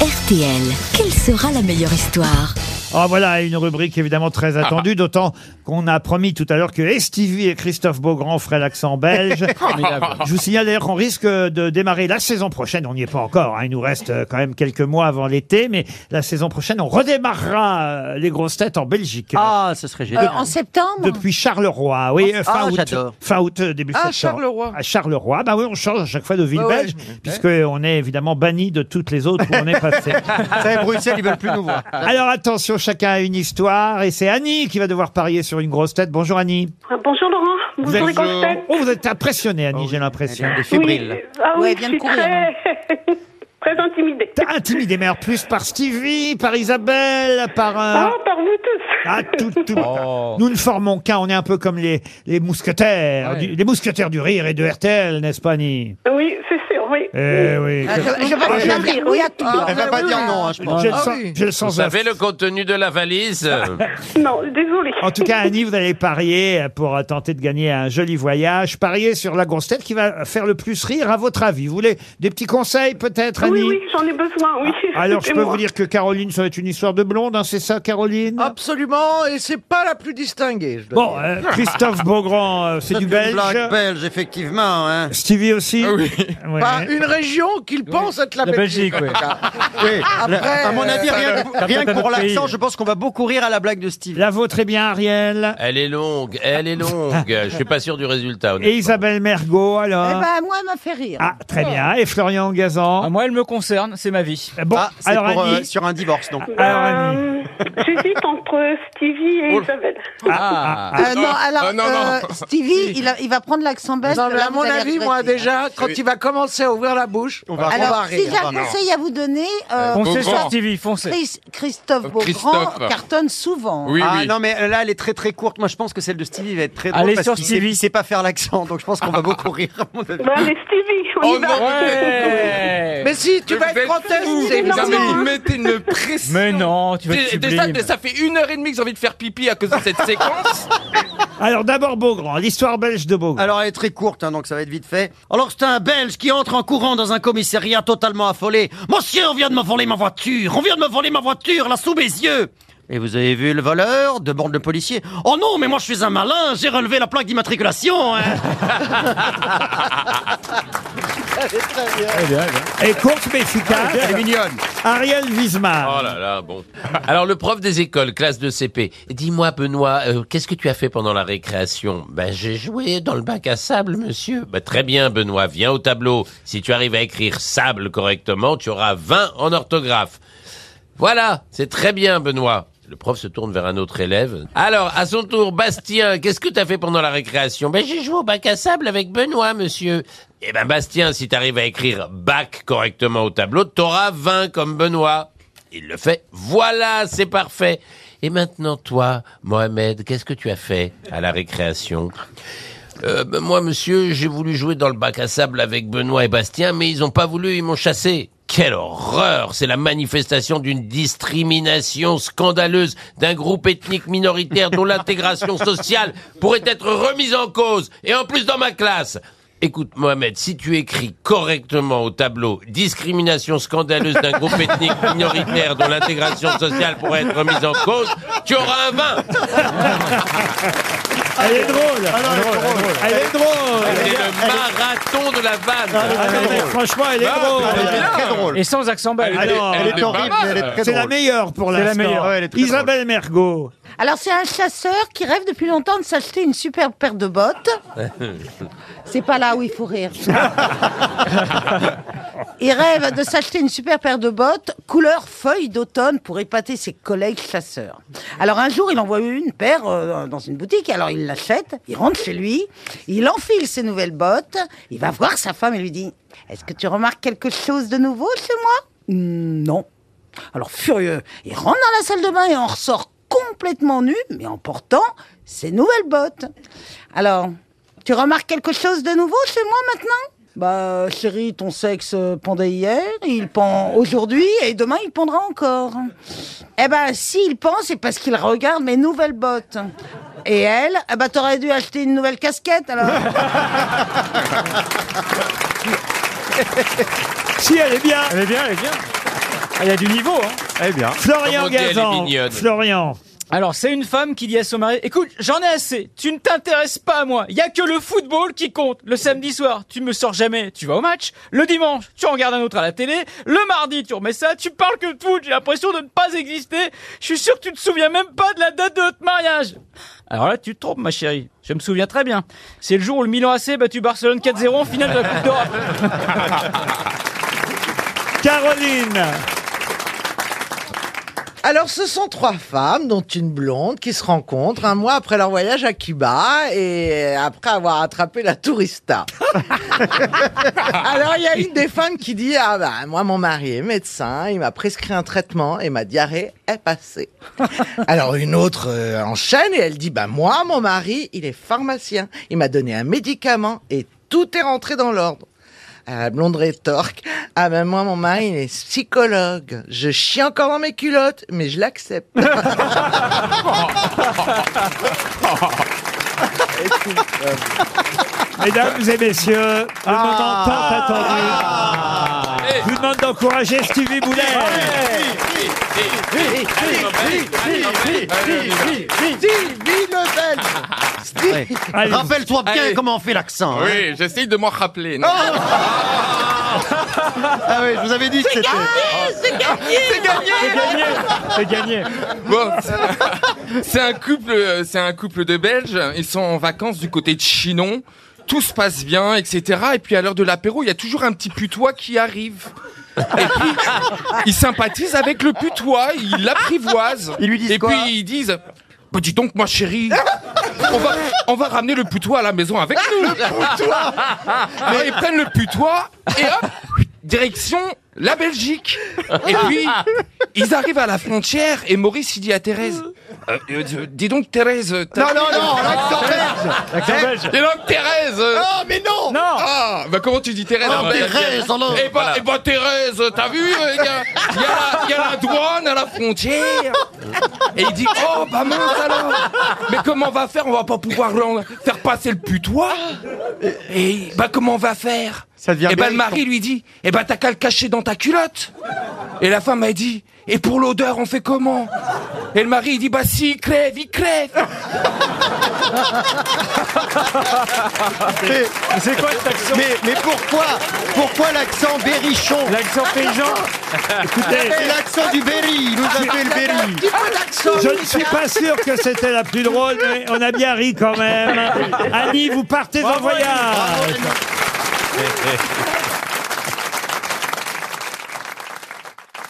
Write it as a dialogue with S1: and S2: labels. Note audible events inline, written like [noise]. S1: RTL. Quelle sera la meilleure histoire
S2: Ah voilà, une rubrique évidemment très attendue,
S3: Ah.
S2: d'autant qu'on a promis tout à l'heure que Estivie et Christophe Beaugrand feraient l'accent
S3: [laughs]
S2: belge. Je vous signale d'ailleurs qu'on risque de démarrer la saison prochaine, on n'y est pas encore, hein, il nous reste euh, quand même quelques mois avant l'été, mais la saison prochaine on redémarrera euh, les grosses têtes en Belgique.
S3: Ah, ce serait
S4: Euh,
S3: génial.
S4: en septembre
S2: Depuis Charleroi, oui, euh, fin
S3: Ah,
S2: août,
S3: j'adore.
S2: fin août, euh, début
S5: Ah,
S2: septembre.
S5: Charleroi. Bah
S2: À Charleroi, bah oui, on change à chaque fois de ville
S5: Ouais, ouais.
S2: belge, puisqu'on est évidemment banni de toutes les autres où on est
S5: [laughs]
S2: passé.
S3: Bruxelles, ils veulent plus nous voir.
S2: [laughs] Alors attention, chacun a une histoire et c'est Annie qui va devoir parier sur une grosse tête. Bonjour Annie.
S6: Ah, Bonjour Laurent, bonjour les grosses têtes.
S2: Oh, vous êtes impressionnée Annie, j'ai l'impression.
S3: Elle est
S6: Oui,
S3: fébrile.
S6: euh, ah
S4: Ouais,
S6: oui,
S4: viens
S6: je
S4: de
S6: suis
S4: courir, hein.
S6: très... [laughs] très intimidée.
S2: T'as intimidé, mais en plus par Stevie, par Isabelle, par un...
S6: Ah, par vous tous.
S2: Ah, tout, tout.
S3: Oh.
S2: Nous ne formons qu'un, on est un peu comme les, les mousquetaires,
S3: Ouais.
S2: du- les mousquetaires du rire et de RTL, n'est-ce pas Annie
S6: Oui, c'est sûr, oui.
S2: Eh oui.
S4: Ah, je, je vais
S6: Oh. Ah,
S4: dire
S6: oui.
S4: oui à tout.
S3: Elle va pas dire non, hein, je pense.
S2: J'ai le,
S5: Ah
S2: sens-
S5: oui.
S2: j'ai le
S7: Vous
S2: sens de la
S7: savez le contenu de
S3: [laughs]
S7: la valise
S6: Non, désolé.
S2: En tout
S6: [laughs]
S2: cas, Annie, vous allez parier pour euh, tenter de gagner un joli voyage. Parier sur la grosse tête qui va faire le plus rire, à votre avis. Vous voulez des petits conseils, peut-être, Annie
S6: Ah oui, oui, j'en ai besoin, oui.
S2: [laughs] Ah, Alors, je peux
S6: Écoutez-moi.
S2: vous dire que Caroline, ça va être une histoire de blonde, hein, c'est ça, Caroline
S5: Absolument, et c'est pas la plus distinguée. je dois
S2: Bon, euh, Christophe
S3: [laughs]
S2: Beaugrand, euh, c'est du belge.
S3: blague belge, effectivement. Hein.
S2: Stevie aussi
S7: oui.
S2: Ouais.
S5: Pas une région qu'il pense être la, Belgique.
S3: [laughs]
S7: Ah,
S3: Oui.
S5: Après,
S3: à mon avis,
S5: euh,
S3: rien, que- rien que pour l'accent, je pense qu'on va beaucoup rire à la blague de Steve.
S2: La vôtre est bien, Ariel.
S7: Elle est longue, elle est longue. Je suis pas sûr du résultat. honnêtement.
S2: Et Isabelle Mergot, alors
S4: Eh ben, moi, elle m'a fait rire.
S2: Hein Ah, très bien. Et Florian Gazan.
S8: Ah, moi, elle me concerne, c'est ma vie.
S2: Bon,
S3: Ah, c'est
S2: alors
S3: pour, euh,
S2: Annie,
S3: sur un divorce, donc.
S2: alors, Annie.
S6: Euh, J'hésite entre Stevie et
S7: Oh.
S6: Isabelle.
S8: Ah,
S4: Euh, non, alors,
S7: ah, non, non.
S4: euh, Stevie, il, a- il va prendre l'accent belge.
S5: Non, mais
S4: là,
S5: à
S4: vous
S5: mon
S4: allez
S5: avis, moi,
S4: regretter.
S7: Ah,
S5: déjà, quand il va commencer à ouvrir la bouche, on va, on va
S4: Alors, si
S5: rire.
S4: j'ai un conseil à vous donner, euh,
S8: foncez
S7: Beaugrand.
S8: sur Stevie, foncez.
S4: Chris- Christophe Beaugrand
S7: Christophe.
S4: cartonne souvent.
S7: Oui,
S3: ah
S7: oui.
S3: non mais là elle est très très courte. Moi je pense que celle de Stevie va être très drôle
S8: Allez
S3: parce
S8: sur
S3: qu'il
S8: Stevie.
S3: sait, il sait pas faire l'accent donc je pense qu'on va beaucoup rire. à mon avis.
S6: Bah, allez, Stevie, on
S7: Oh
S6: y va. [laughs]
S7: non.
S8: Ouais.
S5: Mais si, tu vas être
S6: fou.
S5: contente, c'est
S6: Mais non,
S5: évident.
S7: Non, mais
S6: hein.
S7: ils mettent une pression.
S8: Mais non, tu vas être
S7: Dé- Déjà,
S8: sublime.
S7: ça fait une heure et demie que j'ai envie de faire pipi à cause de cette [laughs] séquence.
S2: Alors, d'abord Beaugrand, l'histoire belge de Beaugrand.
S3: Alors elle est très courte, hein, donc ça va être vite fait. Alors c'est un Belge qui entre en courant dans un commissariat totalement affolé. Monsieur, on vient de me voler ma voiture, on vient de me voler ma voiture, là sous mes yeux. Et vous avez vu le voleur demande le policier. Oh non, mais moi je suis un malin, j'ai relevé la plaque
S9: [laughs]
S3: d'immatriculation. hein.
S2: Et courte mais efficace,
S3: mignonne.
S2: Ariel Wiesmann.
S7: Oh là là, bon. Alors, le prof des écoles, classe de CP. Dis-moi, Benoît, euh, qu'est-ce que tu as fait pendant la récréation Ben, j'ai joué dans le bac à sable, monsieur. Ben, très bien, Benoît, viens au tableau. Si tu arrives à écrire sable correctement, tu auras 20 en orthographe. Voilà, c'est très bien, Benoît. Le prof se tourne vers un autre élève. Alors, à son tour, Bastien, qu'est-ce que t'as fait pendant la récréation Ben, j'ai joué au bac à sable avec Benoît, monsieur. Eh ben, Bastien, si t'arrives à écrire bac correctement au tableau, t'auras 20 comme Benoît. Il le fait. Voilà, c'est parfait. Et maintenant, toi, Mohamed, qu'est-ce que tu as fait à la récréation euh, ben, moi, monsieur, j'ai voulu jouer dans le bac à sable avec Benoît et Bastien, mais ils ont pas voulu, ils m'ont chassé. Quelle horreur C'est la manifestation d'une discrimination scandaleuse d'un groupe ethnique minoritaire dont l'intégration sociale pourrait être remise en cause, et en plus dans ma classe. Écoute, Mohamed, si tu écris correctement au tableau discrimination scandaleuse d'un groupe ethnique minoritaire dont l'intégration sociale pourrait être remise en cause, tu auras un vin.
S2: Ah Elle est drôle. Elle est drôle.
S7: C'est le marathon de la vanne.
S2: Ah non, mais franchement, elle est drôle.
S3: Très drôle.
S8: Et sans accent belge.
S2: Elle est-
S8: Alors,
S2: elle est
S3: horrible, mais elle est très
S2: C'est la
S3: drôle.
S2: meilleure pour
S8: C'est la
S2: l'instant.
S8: meilleure.
S3: Ouais, elle est très
S2: Isabelle Mergot.
S4: Alors, c'est un chasseur qui rêve depuis longtemps de s'acheter une superbe paire de
S5: [laughs]
S4: bottes. C'est pas là où il faut rire. Il rêve de s'acheter une super paire de bottes couleur feuille d'automne pour épater ses collègues chasseurs. Alors un jour, il envoie une paire euh, dans une boutique, alors il l'achète, il rentre chez lui, il enfile ses nouvelles bottes, il va voir sa femme et lui dit « Est-ce que tu remarques quelque chose de nouveau chez moi Hmm, Non. Alors furieux, il rentre dans la salle de bain et en ressort complètement nu, mais en portant ses nouvelles bottes. Alors, tu remarques quelque chose de nouveau chez moi maintenant Bah chérie, ton sexe euh, pendait hier, il pend aujourd'hui et demain il pendra encore. Eh ben s'il pend, c'est parce qu'il regarde mes nouvelles bottes. Et elle, eh ben t'aurais dû acheter une nouvelle casquette alors.
S5: [laughs]
S2: Si, elle est bien.
S8: Elle est bien, elle est bien. Elle a du niveau, hein.
S9: Eh bien.
S2: Florian
S7: Comment elle est
S2: Gazan.
S7: mignonne.
S2: Florian.
S8: Alors, c'est une femme qui dit à son mari Écoute, j'en ai assez, tu ne t'intéresses pas à moi, il n'y a que le football qui compte. Le samedi soir, tu me sors jamais, tu vas au match. Le dimanche, tu en regardes un autre à la télé. Le mardi, tu remets ça, tu parles que de foot, j'ai l'impression de ne pas exister. Je suis sûr que tu ne te souviens même pas de la date de notre mariage. Alors là, tu te trompes, ma chérie. Je me souviens très bien. C'est le jour où le Milan AC a battu Barcelone 4-0 en finale de la Coupe d'Europe.
S2: Caroline.
S5: Alors, ce sont trois femmes, dont une blonde, qui se rencontrent un mois après leur voyage à Cuba et après avoir attrapé
S3: [laughs]
S5: la tourista. Alors, il y a une des femmes qui dit Ah, bah, moi, mon mari est médecin, il m'a prescrit un traitement et ma diarrhée est
S3: [laughs]
S5: passée. Alors, une autre euh, enchaîne et elle dit Bah, moi, mon mari, il est pharmacien, il m'a donné un médicament et tout est rentré dans l'ordre. À la blonde rétorque Ah, ben moi, mon mari, il est psychologue. Je chie encore dans mes culottes, mais je l'accepte.
S4: [laughs]
S2: Mesdames et messieurs, le moment tant attendu.
S7: Eh,
S2: Je vous demande d'encourager Stevie Boulet. Allez,
S3: Rappelle-toi bien
S9: Allez.
S3: comment on fait l'accent. hein.
S9: Oui, j'essaye de m'en rappeler. Non,
S3: Ah oui, je vous avais dit que c'était.
S8: C'est gagné C'est gagné
S9: bon. c'est un couple, euh, c'est un couple de Belges. Ils sont en vacances du côté de Chinon. Tout se passe bien, etc. Et puis à l'heure de l'apéro, il y a toujours un petit putois qui arrive. Et puis, ils sympathisent avec le putois, ils l'apprivoisent.
S3: Ils lui disent
S9: Et
S3: quoi
S9: puis ils disent, bah dis donc, moi chérie, on va, on va ramener le putois à la maison avec nous. Alors, ils prennent le putois et hop, direction la Belgique. Et puis, ils arrivent à la frontière et Maurice, il dit à Thérèse, euh, euh, euh, dis donc Thérèse, t'as-
S3: Non, non, non, l'accent belge.
S9: dis donc Thérèse, euh,
S3: Ah, mais non
S8: Non
S9: ah, bah comment tu dis Thérèse
S3: Ah,
S9: Ah, bah,
S3: Thérèse, alors
S9: eh ben, eh ben, Thérèse, t'as vu euh, Il y, a- y a la- y a la douane à la frontière. Et il dit, oh, bah mince alors Mais comment on va faire On va pas pouvoir l'en- faire passer le putois. Et bah comment on va faire
S3: Ça devient
S9: Et bah
S3: bien
S9: le mari lui dit, eh ben t'as qu'à le cacher dans ta culotte. Et la femme a dit, et pour l'odeur, on fait comment Et le mari, il dit, bah si, il crève, il crève.
S3: Mais,
S8: C'est quoi cet accent
S3: mais, mais pourquoi Pourquoi l'accent berrichon
S8: L'accent paysan
S2: écoutez,
S3: C'est l'accent du Berry, il nous a fait le Berry.
S2: je ne suis pas sûr que c'était la plus drôle, mais on a bien ri quand même. Annie, vous partez en voyage.